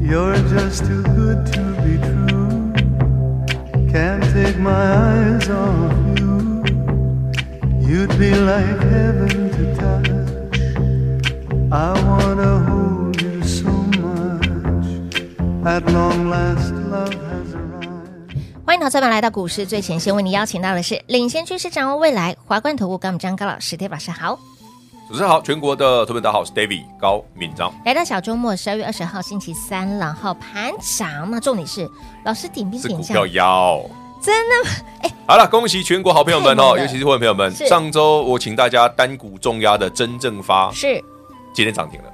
You're just too good to be true. Can't take my eyes off you. You'd be like heaven to touch. I wanna hold you so much. At long last, love has arrived. 欢迎投资者来到股市最前线，为您邀请到的是领先趋势、掌握未来华冠投顾高敏章高老师，大家晚上好。主持人好，全国的特别大家好，我是 David 高敏章。来到小周末十二月二十号星期三，然后盘涨，那重点是老师点兵是点股将，票妖。真的吗？好了，恭喜全国好朋友们太猛哦，了尤其是会员朋友们。是上周我请大家单股重压的真正发，是今天涨停了，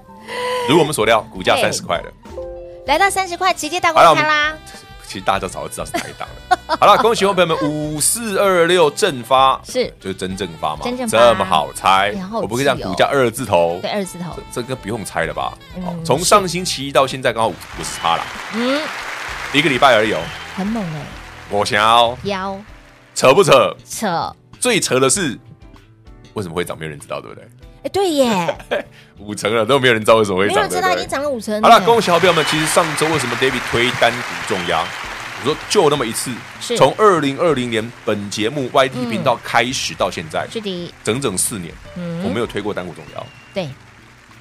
如我们所料，股价嘿三十块了。来到三十块，直接大公好了开啦。其实大家早就知道是哪一档了。好了，恭喜会员朋友们，五四二六正发是就是真正发嘛，真正发这么好猜哎，好我不会记哦让股价二字头对，，二字头这，这个不用猜了吧？嗯哦从是上星期一到现在刚好五五十趴啦，嗯，一个礼拜而已哦。很猛哎，我想要腰扯不扯？扯，最扯的是，为什么会涨？没有人知道，对不对？哎，对耶，五成了都没有人知道为什么会没有人涨，知对道不已经对？涨了五成。好了，恭喜好朋友们！其实上周为什么 David 推单股重压？我说就那么一次是，从二零二零年本节目 YT 频道开始到现在，是嗯的，整整四年，我没有推过单股重压，对，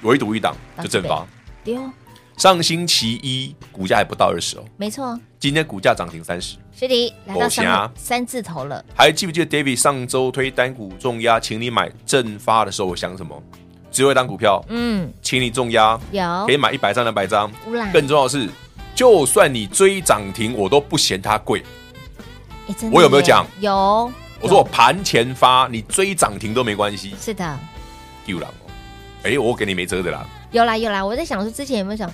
唯独一档就正当发然。丢，上星期一股价还不到二十哦，没错，今天股价涨停三十。是的，来到狗侠三三字头了，还记不记得 David 上周推单股重压，请你买正发的时候，我想什么？只有一档股票，嗯，请你重压，有可以买一百张、两百张。乌啦，更重要的是，就算你追涨停，我都不嫌它贵。哎真的我有没有耶讲？有，我说有我盘前发，你追涨停都没关系。是的，丢了哦，哎，我给你没辙的啦。有啦有啦，我在想说之前有没有讲，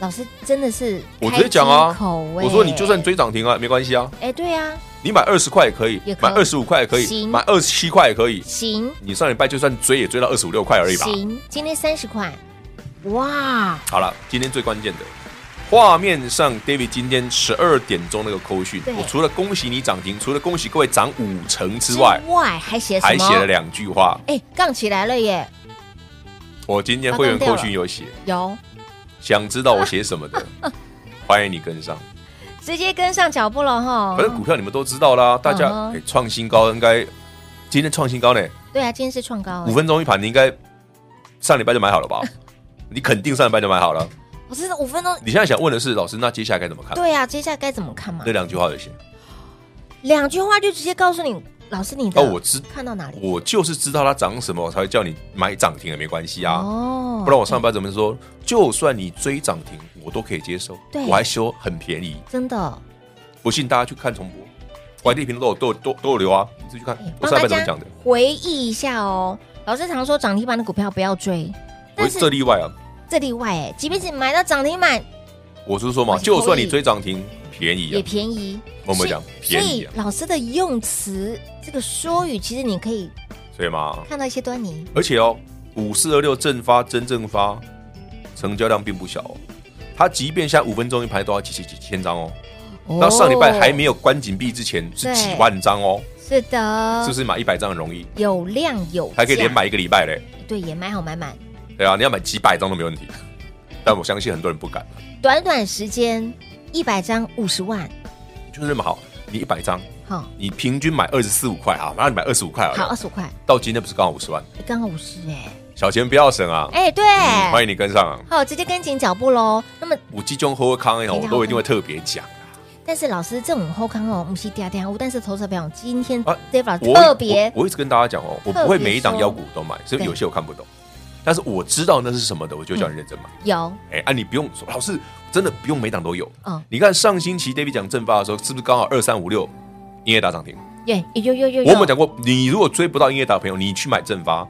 老师真的是我直接讲啊开金口欸味我说你就算追涨停啊，没关系啊，哎对啊，你买二十块也可以也，可以买二十五块也可以，行买二十七块也可以。行你上礼拜就算追也追到二十五六块而已吧。行，今天三十块，哇，好了，今天最关键的画面上，David 今天十二点钟那个扣讯，对我除了恭喜你涨停，除了恭喜各位涨五成之外，外还写什还么？写了两句话。哎杠起来了耶，我今天会员扣讯有写，有想知道我写什 么的，欢迎你跟上。哦直接跟上脚步了哈反，正股票你们都知道啦，大家嗯哼哎创、新高应该今天创新高呢，对啊，今天是创高哎，五分钟一盘，你应该上礼拜就买好了吧？ 你肯定上礼拜就买好了。老师五分钟，你现在想问的是，老师，那接下来该怎么看？对啊，接下来该怎么看嘛那？两句话有写，两句话就直接告诉你，老师你的哦，我知看到哪里我就是知道它涨什么，我才会叫你买涨停的，没关系啊。哦不然我上班怎么说？就算你追涨停，我都可以接受对，我还修很便宜。真的不信大家去看重播，外地频道都有都有都有都有留啊，你自己去看哎。我帮上大班怎家么讲的？回忆一下哦。老师常说涨停板的股票不要追，我但是这例外啊，这例外哎，即便是买到涨停板我是说嘛，我是同意就算你追涨停，便宜也啊。便宜。我们讲所以便宜啊所以老师的用词这个说语，其实你可以所以嘛，看到一些端倪。而且哦，五四二六正发真正发，成交量并不小哦。它即便现在五分钟一盘都要几几几千张哦，到上礼拜还没有，有关紧闭之前是对几万张哦，是的，是不是买一百张很容易？有量有价，还可以连买一个礼拜嘞。对，也买好买满。对啊，你要买几百张都没问题，但我相信很多人不敢，啊短短时间一百张五十万，就是这么好。你一百张，好、你平均买二十四五块啊，那你买二十五块好好二了，十块，到今天不是刚好五十万？刚好五十哎小钱不要省啊！哎，对，嗯欢迎你跟上啊！好，直接跟紧脚步喽。那么，五 G 中和康也好，大家我好都一定会特别讲啊。但是老师这种后康哦，不是嗲嗲，但是投资朋友今天啊 David 我特别我，我一直跟大家讲哦，我不会每一档妖股都买，所以对有些我看不懂，但是我知道那是什么的，我就叫你认真买。有哎，啊，你不用说，老师真的不用每档都有。嗯，你看上星期 David 讲正发的时候，是不是刚好二三五六音乐打涨停？耶，有有有我有没有有讲过，你如果追不到英业达的朋友，你去买正发，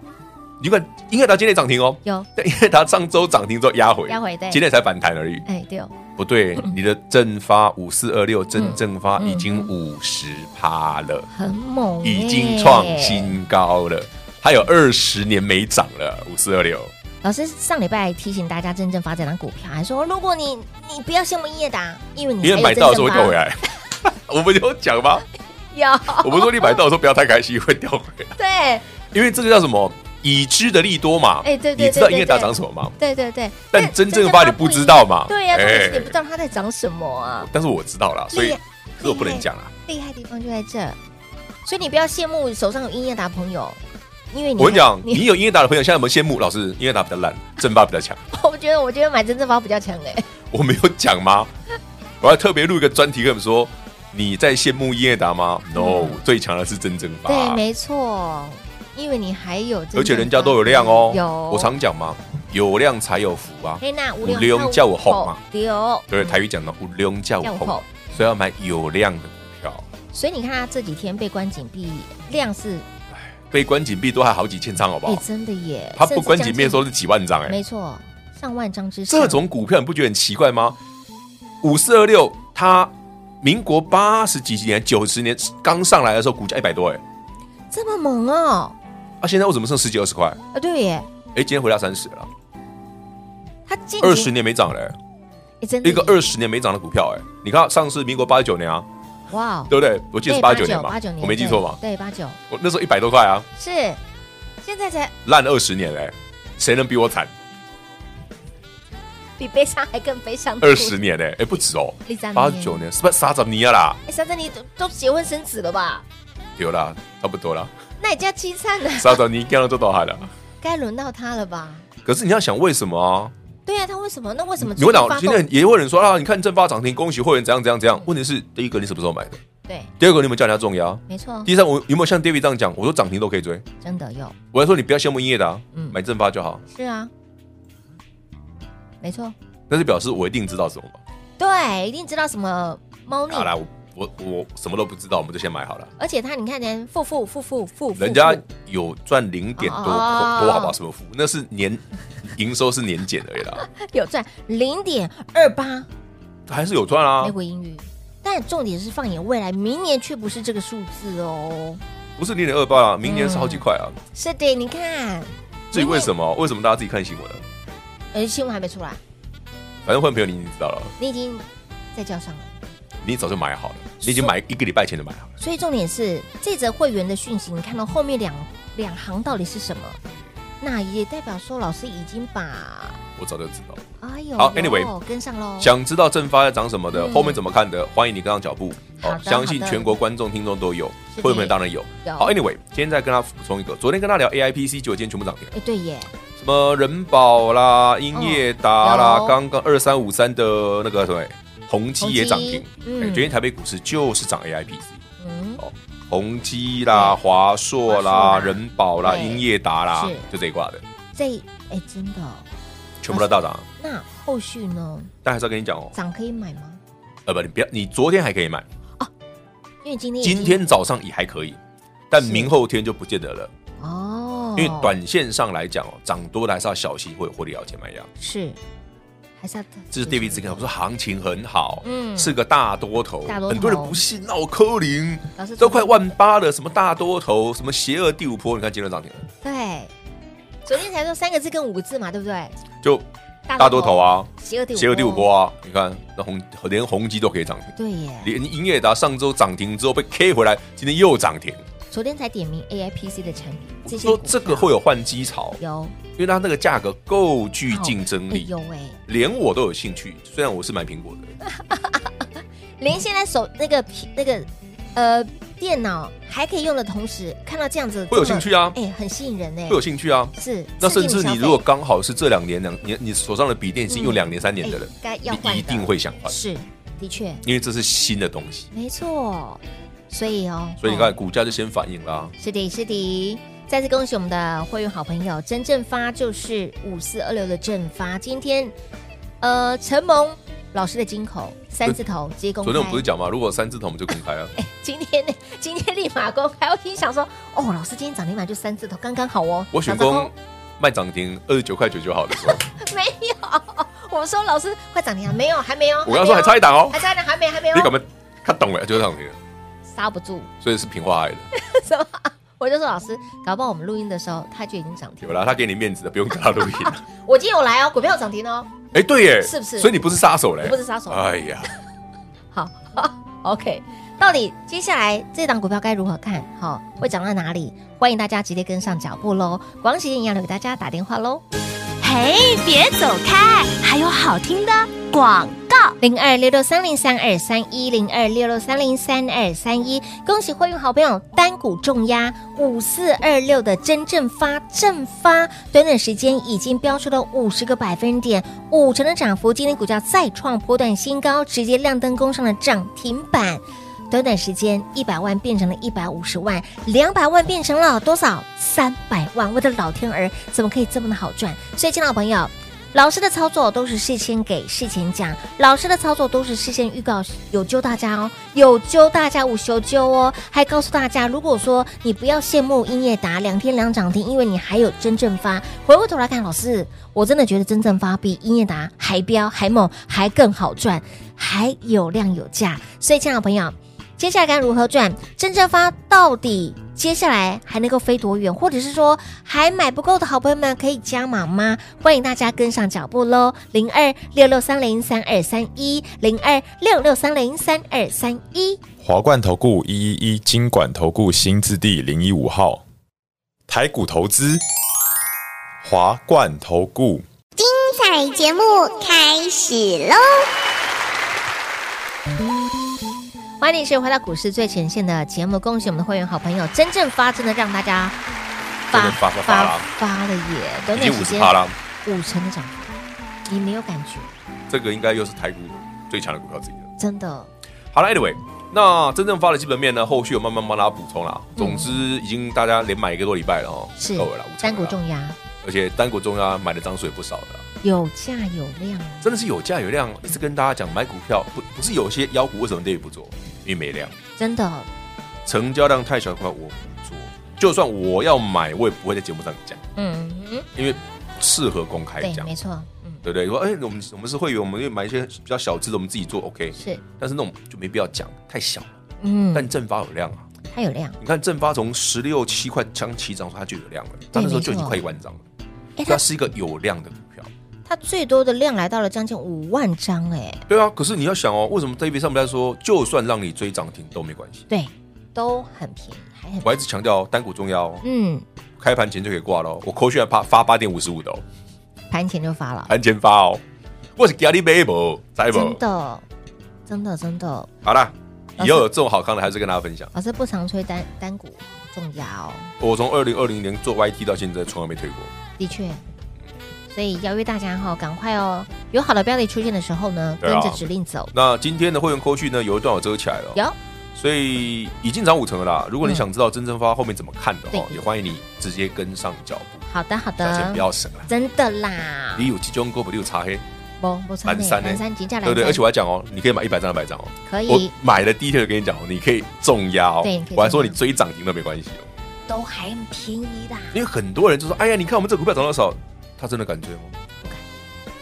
你看英业达今天涨停哦，有， 但英业达上周涨停之后压回，压回对今天才反弹而已。哎对哦，不对，你的正发五四二六正正发已经五十趴了，很猛欸，已经创新高了，还有二十年没涨了，五四二六。老师上礼拜提醒大家真正发展的股票，还说如果你你不要羡慕叶达，因为你因为还有买到的时候嗯会哎真正掉发回来， 我们有讲吗？有我们说你买到的时候不要太开心，会掉回来，对因为这个叫什么？已知的利多嘛。哎对对你知道对对英业达对涨什么吗？对对对，但真正发你不知道嘛对呀，重点是你哎不知道它在涨什么啊，但是我知道啦，所以厉害可是我不能讲啦。厉害的地方就在这儿，所以你不要羡慕手上有英业达朋友，因为你我跟你讲，你你有英业达的朋友，现在有没有羡慕？老师，英业达比较烂，正发比较强， 我觉得我觉得买真正发比较强哎，我没有讲吗？我还特别录一个专题跟你们说，你在羡慕英业达吗？No，最强的是真正发。嗯对，没错，因为你还有真正发，啊而且人家都有量哦。有我常讲嘛，有量才有福啊。黑娜五五六叫我红嘛，六对，台语讲的五龙叫叫我我红红，所以要买有量的股票。所以你看他这几天被关紧闭，量是被关紧闭都还好几千张，好不哎、好？真的耶，它不关紧闭的时说候是几万张，哎，没错，上万张之上这种股票你不觉得很奇怪吗？五四二六，它民国八十几年、九十年刚上来的时候，股价一百多，哎，这么猛哦，啊，现在为什么剩十几二十块？啊对耶，哎，今天回到三十了，他近二十年没涨了，哎哎真的一个耶二十年没涨的股票，哎，你看上市民国八九年啊，哇哦，对不对？我记得是八九年吧八九，年我没记错吧？对，八九我那时候一百多块啊，是现在才烂二十年嘞、谁能比我惨？比悲伤还更悲伤，二十年嘞、哎、不止哦你知道，吗八九年是不是三十年啦？哎，珊珊你都都结婚生子了吧？有啦，差不多啦，那你家凄惨了，三十年干到这多海了。该轮到他了吧？可是你要想为什么啊？对啊，他为什么？那为什么你出会脑发今动天也会有人说啊，你看正发涨停，恭喜会员怎样怎样怎样。问题是，第一个你什么时候买的？对，第二个你有没有叫人家重压？没错，第三，我有没有像 David 这样讲？我说涨停都可以追，真的有，我还说你不要羡慕音乐的、啊嗯，买正发就好。是啊，没错，那就表示我一定知道什么吧？对，一定知道什么猫腻好。啦，我我我什么都不知道，我们就先买好了。而且他，你看人负负负负负，负人家有赚零点多多哦多好吧？什么负？那是年营收是年减而已啦，负有赚零点二八还是有赚啊美？国英语，但重点是放眼未来，明年却不是这个数字哦。不是零点二八啊，明年是好几块啊。是的，你看，至于为什么，为什么大家自己看新闻了？啊呃，新闻还没出来，反正混朋友你已经知道了，你已经在叫上了。你早就买好了，你已经买一个礼拜前就买好了。所以重点是这则会员的讯息，你看到后面两两行到底是什么？那也代表说老师已经把，我早就知道了。哎呦，好，anyway，哟跟上喽。想知道正发要涨什么的，嗯后面怎么看的，欢迎你跟上脚步。哦好的相信好的全国观众听众都有，是的会员们当然有。有好，anyway，今天再跟他补充一个，昨天跟他聊 AIPC，结果今天全部涨停。哎，对耶，什么人保啦、英业达嗯啦有，刚刚二三五三的那个什么宏基也涨停宏基。嗯哎，昨天台北股市就是涨 AIPC，嗯，宏基啦、华硕华硕啦啦、人保啦、对英业达啦是，就这一挂的，这哎真的哦，全部都大涨。那后续呢？但还是要跟你讲哦，涨可以买吗？呃，不，你不要，你昨天还可以买，因为今天已经今天早上也还可以，但嗯是明后天就不见得了，哦，因为短线上来讲哦，涨多的还是要小心，会有获利了结卖压。是还是要这是 David 之前我说行情很好，嗯是个大多头，大多头很多人不信闹科林老师，都快万八了，什么大多头，什么邪恶第五波，你看今天涨停了，对，昨天才说三个字跟五个字嘛，对不对？就大多头，啊，邪恶第五，哦邪恶第五波，啊，你看那红连红基都可以涨停，对耶，连英业达上周涨停之后被 K 回来，今天又涨停，昨天才点名 AIPC 的产品，这些说股票这个会有换机潮，有因为它那个价格够具竞争哎力，有哎，连我都有兴趣，虽然我是买苹果的，连现在手那个皮那个呃电脑还可以用的同时，看到这样子会有兴趣啊这么哎，很吸引人哎会，有兴趣啊。是那甚至刺激你消费如果刚好是这两年两年，你手上的笔电已经用两年三年的了哎，该要换的你一定会想换，是的确因为这是新的东西，没错，所以哦，所以你哦看股价就先反应啦。是的，是的。再次恭喜我们的会员好朋友，真正发就是五四二六的正发。今天，呃，陈萌老师的金口三字头直接公开。昨天我们不是讲吗？如果三字头我们就公 开啊，今天呢？今天立马公开。我心想说，哦，老师今天涨停板就三字头，刚刚好哦。 我选打招工卖涨停二十九块九就好的时候，呼没有， 我说老师快涨停了啊没有？还没有。 啊我刚说还差一档哦，还差一档，还没，还没有你。搞没看懂了就涨停了，刹不住， 所以是平花爱的，什么？我就说老师，搞不好我们录音的时候它就已经涨停有了。啦，他给你面子的，不用跟他录 音了。我今天有来哦，股票有涨停哦。哎，对耶，是不是所以你不是杀手嘞我，不是杀手哎呀，好 ，OK，到底接下来这档股票该如何看？好、会涨到哪里？欢迎大家直接跟上脚步喽！广喜营养的给大家打电话喽。嘿，别走开，还有好听的广告。零二六六三零三二三一零二六六三零三二三一。恭喜会员好朋友单股重压五四二六的真正发正发，短短时间已经飙出了五十个百分点，五成的涨幅，今天股价再创波段新高，直接亮灯攻上了涨停板。短短时间，一百万变成了一百五十万，两百万变成了多少？三百万！我的老天儿，怎么可以这么的好赚？所以，亲爱的朋友，老师的操作都是事先给、事前讲，老师的操作都是事先预告，有救大家哦，有救大家无休救哦，还告诉大家，如果说你不要羡慕英业达两天两涨停，因为你还有真正发。回过头来看，老师，我真的觉得真正发比英业达还彪、还猛、还更好赚，还有量有价。所以，亲爱的朋友。接下来该如何赚？真正发到底接下来还能够飞多远？或者是说还买不够的好朋友们可以加码吗？欢迎大家跟上脚步喽！零二六六三零三二三一零二六六三零三二三一。华冠投顾一一一金管投顾新字第零一五号，台股投资，华冠投顾。彩节目开始喽！欢迎你，是回到股市最前线的节目，恭喜我们的会员好朋友，真正发真的让大家真的发发发了发了耶！短已经短时五十间趴啦，五成的涨幅，你没有感觉？这个应该又是台股最强的股票之一了。真的，好了，Anyway，那真正发的基本面呢，后续有慢慢帮大家补充啦。总之，已经大家连买一个多礼拜了哦，是够了啦，五成单了股啦重压，而且单股中央买的张数也不少了啦，有价有量。真的是有价有量。一直跟大家讲，买股票不不是有些妖股为什么对你不做？因为没量，真的，哦成交量太小的话我不做。就算我要买，我也不会在节目上讲，嗯，因为适合公开对，讲，没错，嗯，对不对？说哎，我们我们是会员，我们就买一些比较小资的，我们自己做 OK。是，但是那种就没必要讲，太小了。嗯，但正发有量啊，它有量，你看正发从十六七块将起涨，它就有量了，它那时候就已经快一万张了，哎，它它是一个有量的股票。它最多的量来到了将近五万张，哎，对啊，可是你要想哦，为什么 David 上面在说，就算让你追涨停都没关系？对，都很便宜，还很便宜，我还一直强调单股重要哦，嗯，开盘前就可以挂了哦。我扣讯还发发八点五十五的哦，盘前就发了，盘前发哦。我是给你买不，知真不？的，哦真的，真的，好啦，老以师后有这种好康的，还是跟大家分享。老师不常吹单单股重压哦，我从二零二零年做 YT 到现在，从来没退过。的确。所以邀约大家哈、赶快哦！有好的标的出现的时候呢，对跟啊着指令走。那今天的会员扣讯呢，有一段我遮起来了哦，有所以已经涨五成了啦。如果嗯你想知道真正发后面怎么看的话，对也欢迎你直接跟上脚步，好嗯的好小钱的不，要省了。真的啦，你有集中股，你有茶黑，不不差蓝山呢蓝山金价蓝对不山，对？而且我还讲哦，你可以买一百张、两百张哦。可我以买了第一天就跟你讲哦，你可以重压哦对你可以重压。我还说你追涨停都没关系哦，都还很便 E 宜啦。因为很多人就说：“哎呀，你看我们这股票涨多少？”他真的敢追吗？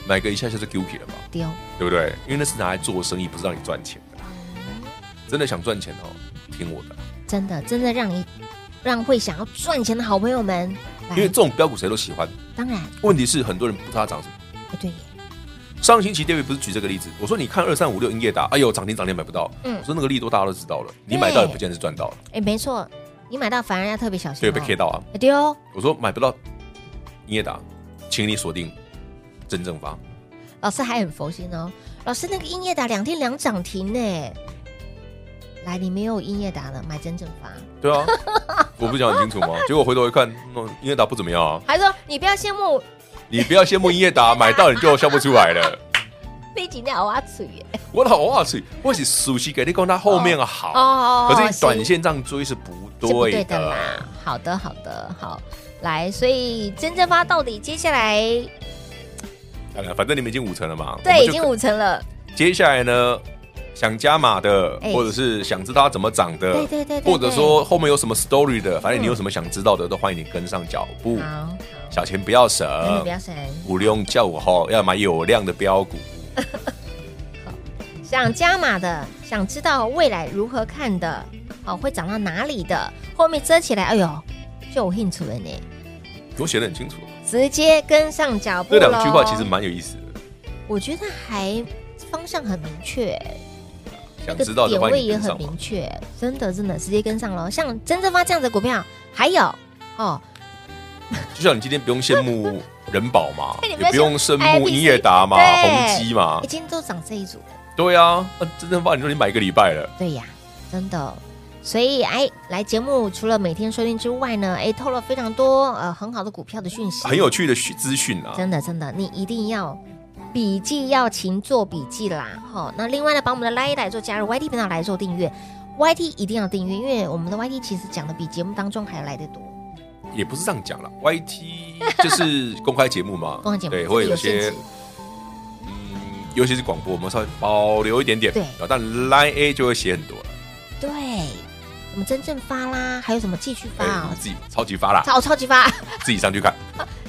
买个一下下就 guilty 了吧，丢，对不对？因为那是拿来做生意，不是让你赚钱的啦。真的想赚钱哦，听我的，真的真的让你让会想要赚钱的好朋友们来因为这种标股谁都喜欢。当然问题是很多人不知道它涨什么。不对耶，上星期 David 不是举这个例子，我说你看二三五六英业达，哎呦涨停涨停买不到，嗯我说那个利多大家都知道了，你对买到也不见得是赚到了，哎，没错，你买到反而要特别小心所以哦，被 K 到啊。哎丢，我说买不到英业达，请你锁定真正发，老师还很佛心哦。老师那个英业达两天两涨停呢，来你没有英业达了，买真正发。对啊，我不是讲很清楚吗？结果回头一看，嗯英业达不怎么样啊，还说你不要羡慕你不要羡慕英业达，买到你就笑不出来 了。背景那娃嘴耶，我老哇去，我是熟悉给你讲它后面啊好，哦可是你短线这样追是不是不对对的的。啦。好的，好的，好，来，所以真正发到底接下来当然，反正你们已经五成了嘛，我对们已就经五成了，接下来呢，想加码的，哎或者是想知道它怎么涨的，对对对对或者说后面有什么 story 的，反嗯正你有什么想知道的，都欢迎你跟上脚步。好好。小钱不要省，真的不要省。五六叫我吼，要买有量的标股。想加码的，想知道未来如何看的，哦，会涨到哪里的，后面遮起来，哎呦，就有兴趣了呢，我写的很清楚，直接跟上脚步这咯。两句话其实蛮有意思的。我觉得还方向很明确，想这知道个的点欢位迎也跟很上嘛明。确，真的真的直接跟上喽。像真正发这样的股票，还有哦，就像你今天不用羡慕人保嘛 哎你，不要也不用羡羡慕慕英业达嘛、哎宏基嘛哎，今天都涨这一组了，对啊，那真正发你说你买一个礼拜 了，对呀，真的。所以，哎，来节目除了每天收听之外呢，哎，透露非常多呃很好的股票的讯息，很有趣的讯资讯啊。真的真的，你一定要笔记要勤做笔记啦。好、那另外呢，把我们的 Line 来做加入，YT 频道来做订阅，YT 一定要订阅，因为我们的 YT 其实讲的比节目当中还要来得多。也不是这样讲啦 y t 就是公开节目 ，嘛公开节目对，会限有些制，嗯，尤其是广播，我们稍微保留一点点，对啊但 Line A 就会写很多了，对，我们真正发啦，还有什么继续发哎、啊你？自己超级发啦，超超级发， 自己上去看，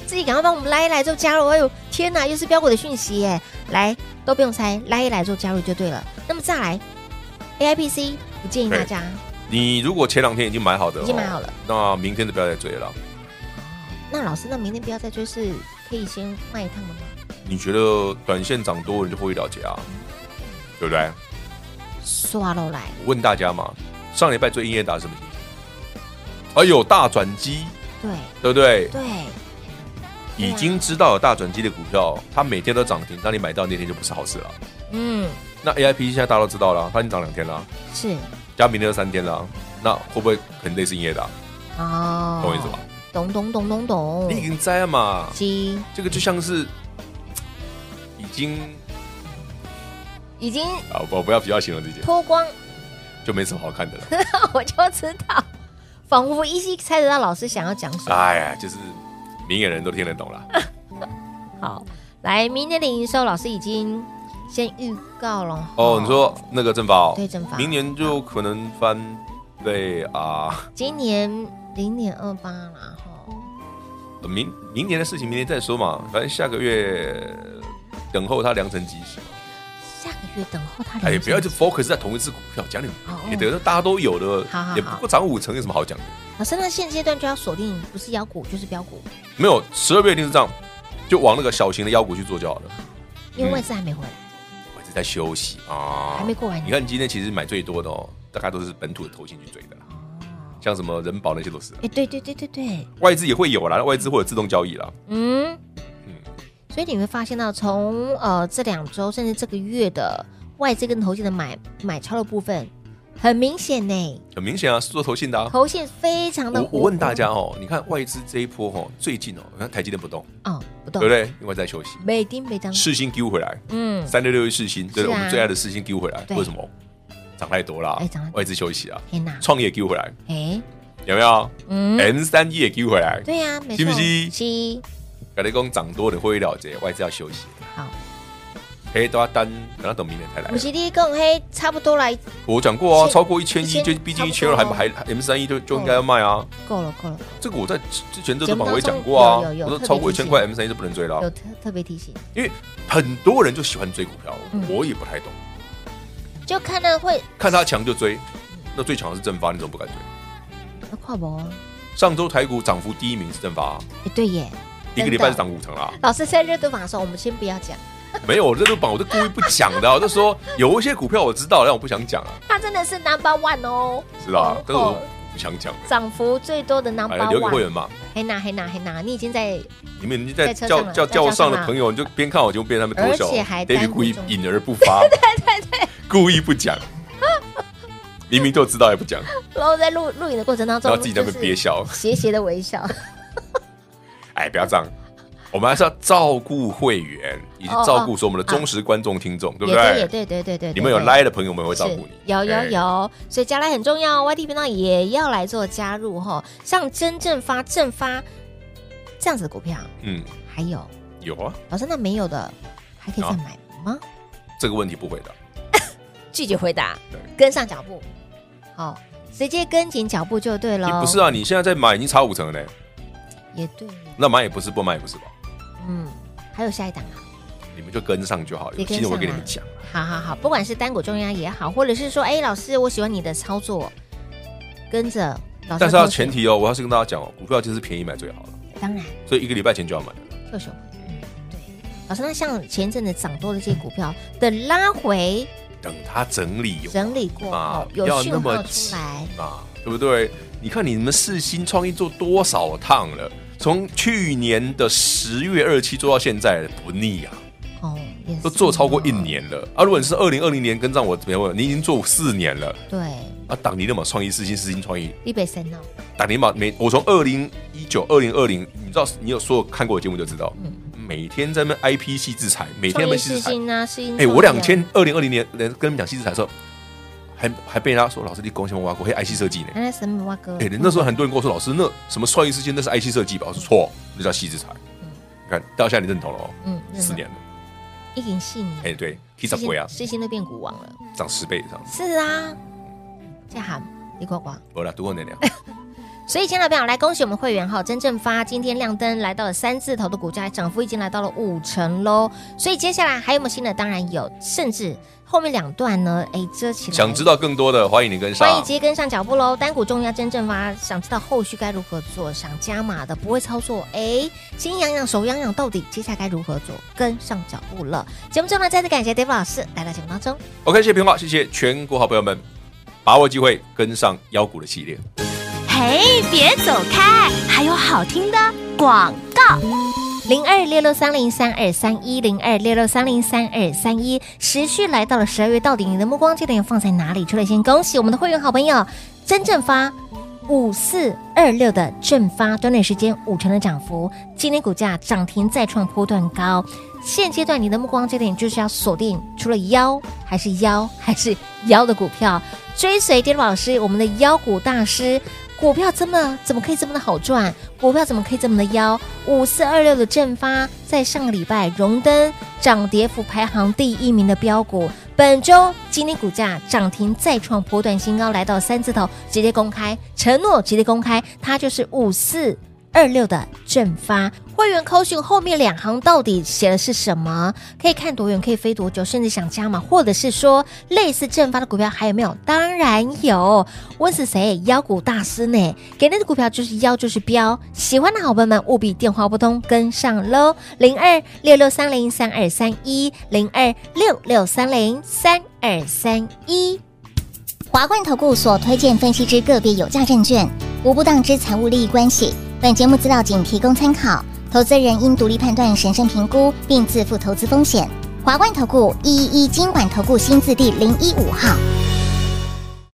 自己赶快帮我们拉一来做加入。哎呦，天哪，又是标股的讯息耶！来，都不用猜，拉一来做加入就对了。那么再来，AIPC 不建议大家，你如果前两天已经买好的、已经买好哦了，那明天就不要再追了啦。那老师，那明天不要再追，是可以先卖一趟了吗？你觉得短线涨多，你就获利了结啊，对不对？刷楼来。我问大家嘛，上礼拜追英业达是什么情形？哎呦，大转机，对对不对？对，已经知道有大转机的股票，它每天都涨停，当你买到那天就不是好事了。嗯，那 AIP 现在大家都知道了，它已经涨两天了，是加明天就三天了，那会不会很类似英业达？哦，懂我意思吧？？懂懂懂懂你已懂，经在啊嘛，鸡这个就像是嘖已经已经啊，我不要不要形容自己，脱光， 就没什么好看的了。 我就知道，仿佛依稀猜得到老师想要讲什么。哎呀，就是明眼人都听得懂了。好，来，明年的营收老师已经先预告了哦，你说那个正宝，对正发明年就可能翻倍啊，今年零点二八啦，哈，呃明明年的事情明年再说嘛，反正下个月等候它良辰吉时。下个月等候他哎，良不要就辰 focus 在同一只股票，讲你哦也得大家都有的好好好，也不过涨五成有什么好讲的？老师，那现阶段就要锁定，不是妖股就是标股，没有，十二月一定是这样，就往那个小型的妖股去做就好了。因为嗯外资还没回来，我一直在休息啊，还没过完年你看今天其实买最多的哦，大概都是本土的投信去追的啦，哦像什么人保那些都是啊，哎，对对对对对，外资也会有啦，外资会有自动交易啦。嗯嗯，所以你会发现到从，呃这两周甚至这个月的外资跟投信的买买超的部分，很明显呢，很明显啊，是做投信的、啊。投信非常的我我问大家哦，你看外资这一波哦，最近哦，你看台积电不动，哦，不对动不，对？因为在休息，每丁每张，世星丢回来，嗯，三六六一世星，对是不对，啊我们最爱的世星丢回来，对为什么？涨太多啦哎涨太，多外资休息啊，天哪，创业丢回来，哎，有没有嗯， ？N 三一也丢回来，对呀，没错，哎信不信信改雷公涨多的会了结，外资要休息，好，哎，都要单，等到等明年才来不。是你跟黑差不多来，我讲过啊，是超过一千一一，千就毕竟一差千不二多还哦还 M 三一就就应该要卖啊，够了够了，这个我在之之前这节都目榜我也当中讲过啊有有，有我说特别超过一提醒千块 M 三一就不能追了啊有。特特别提醒，因为很多人就喜欢追股票嗯，我也不太懂，就看到会看它强就追。那最强的是正发，你怎么不敢追？那呃跨博，上周台股涨幅第一名是正发啊、哎，对耶，一个礼拜就涨五成啦。老师在热度榜的时候，我们先不要讲，没有，我这都榜我都故意不讲的、啊，我就说有一些股票我知道，但我不想讲啊，它真的是 number one 哦，是吧？但是哦我不想讲的，涨幅最多的 number 哎呀，留给会 one。员嘛。黑娜，黑娜，黑娜，你已经在，你们已经在在车叫上了叫在叫我车上上的了朋友，你就边看我节目边他们多而久且还，David 单独故意中隐而 不发，对对对，故意不讲，明明就知道 也不讲，然后在录录影的过程当中，然后自己在那边憋，笑。斜斜的微笑，哎，不要这样，我们还是要照顾会员，以及照顾说我们的忠实观众听众， 对不哦啊也对？对，也对，对，对，对，你们有来 like 的朋友们会照顾你，有有哎，有，所以加来很重要哦，YT 频道也要来做加入哈，像真正发正发这样子的股票，嗯，还有有啊，老师那没有的，还哦可以再买吗？这个问题不回答。拒绝回答对，跟上脚步，好，直接跟紧脚步就对了。啊你不是啊？你现在在买已经差五成了呢，也对，那买也不是，不买也不是吧？嗯，还有下一档啊。你们就跟上就好了。也有跟新上啊的我给你们讲，好好好，不管是单股中央也好，或者是说，哎，老师，我喜欢你的操作，跟着老师。但是要前，提哦，我要是跟大家讲哦，股票就是便宜买最好了，当然所以一个礼拜前就要买了。特选股。嗯对，老师，那像前一阵子涨多的这些股票的拉回等它整理有整理过嘛后，，不有啊要讯那么号急出来，嘛，对不对？你看你们世新创意做多少趟了？从去年的十月二七做到现在不腻啊，哦，也是都做超过一哦。年了啊！如果你是二零二零年跟上我，没问题，你已经做四年了对，啊！当你那么创意世新世新创意，立北森哦，当你嘛每我从二零一九二零二零，你知道你有所有看过我节目就知道，嗯每天在那边 IP 细制裁，每天在嗯创业那边细世制裁。新啊，世新哎、创业啊。我两千二零二零年跟你们讲细制裁的时候，还还被人家说老师你贡献挖过，嘿 IC 设计呢。哎，什么哇哥？哎、那时候很多人跟我说，老师，那什么创意事件，那是 IC 设计吧？我说错，那叫细制裁。你看到现在你认同了哦，嗯认同四年了，一零四年，哎、对，K 世十倍啊新，世新都变股王了。涨十倍以上，是啊，这行你呱呱。我啦，读过那两，所以，亲爱的朋友，来恭喜我们会员哈，真正发今天亮灯来到了三字头的股价，涨幅已经来到了五成喽。所以接下来还有没有新的？当然有，甚至后面两段呢，哎，遮起来。想知道更多的，欢迎你跟欢迎上直。接跟上脚步喽！单股重要真正发，想知道后续该如何做，想加码的不会操作，哎，心痒痒手痒痒，到底接下来该如何做？跟上脚步了。节目中呢，再次感谢 David 老师来到节目当中。 OK，谢谢平话，谢谢全国好朋友们，把握机会跟上妖股的系列。嘿，别走开，还有好听的广告。零二六六三零三二三一零二六六三零三二三一，持续来到了十二月，到底你的目光焦点放在哪里？除了先恭喜我们的会员好朋友真正发五四二六的正发，短短时间五成的涨幅，今天股价涨停再创波段高。现阶段你的目光焦点就是要锁定除了妖还是妖还是妖的股票，追随颠老师，我们的妖股大师。股票这么怎么可以这么的好赚？股票怎么可以这么的妖？五四二六的正发在上个礼拜荣登涨跌幅排行第一名的标股，本周今天股价涨停再创波段新高，来到三字头，直接公开承诺，直接公开，它就是五四。二六的正发会员扣讯后面两行到底写的是什么？可以看多远，可以飞多久，甚至想加码，或者是说类似正发的股票还有没有？当然有，问死谁？妖股大师呢？给那的股票就是妖就是标，喜欢的好朋友们务必电话拨通跟上喽，零二六六三零三二三一零二六六三零三二三一。华冠投顾所推荐分析之个别有价证券，无不当之财务利益关系。本节目资料仅提供参考，投资人应独立判断、审慎评估，并自负投资风险。华冠投顾一一一金管投顾新字第零一五号。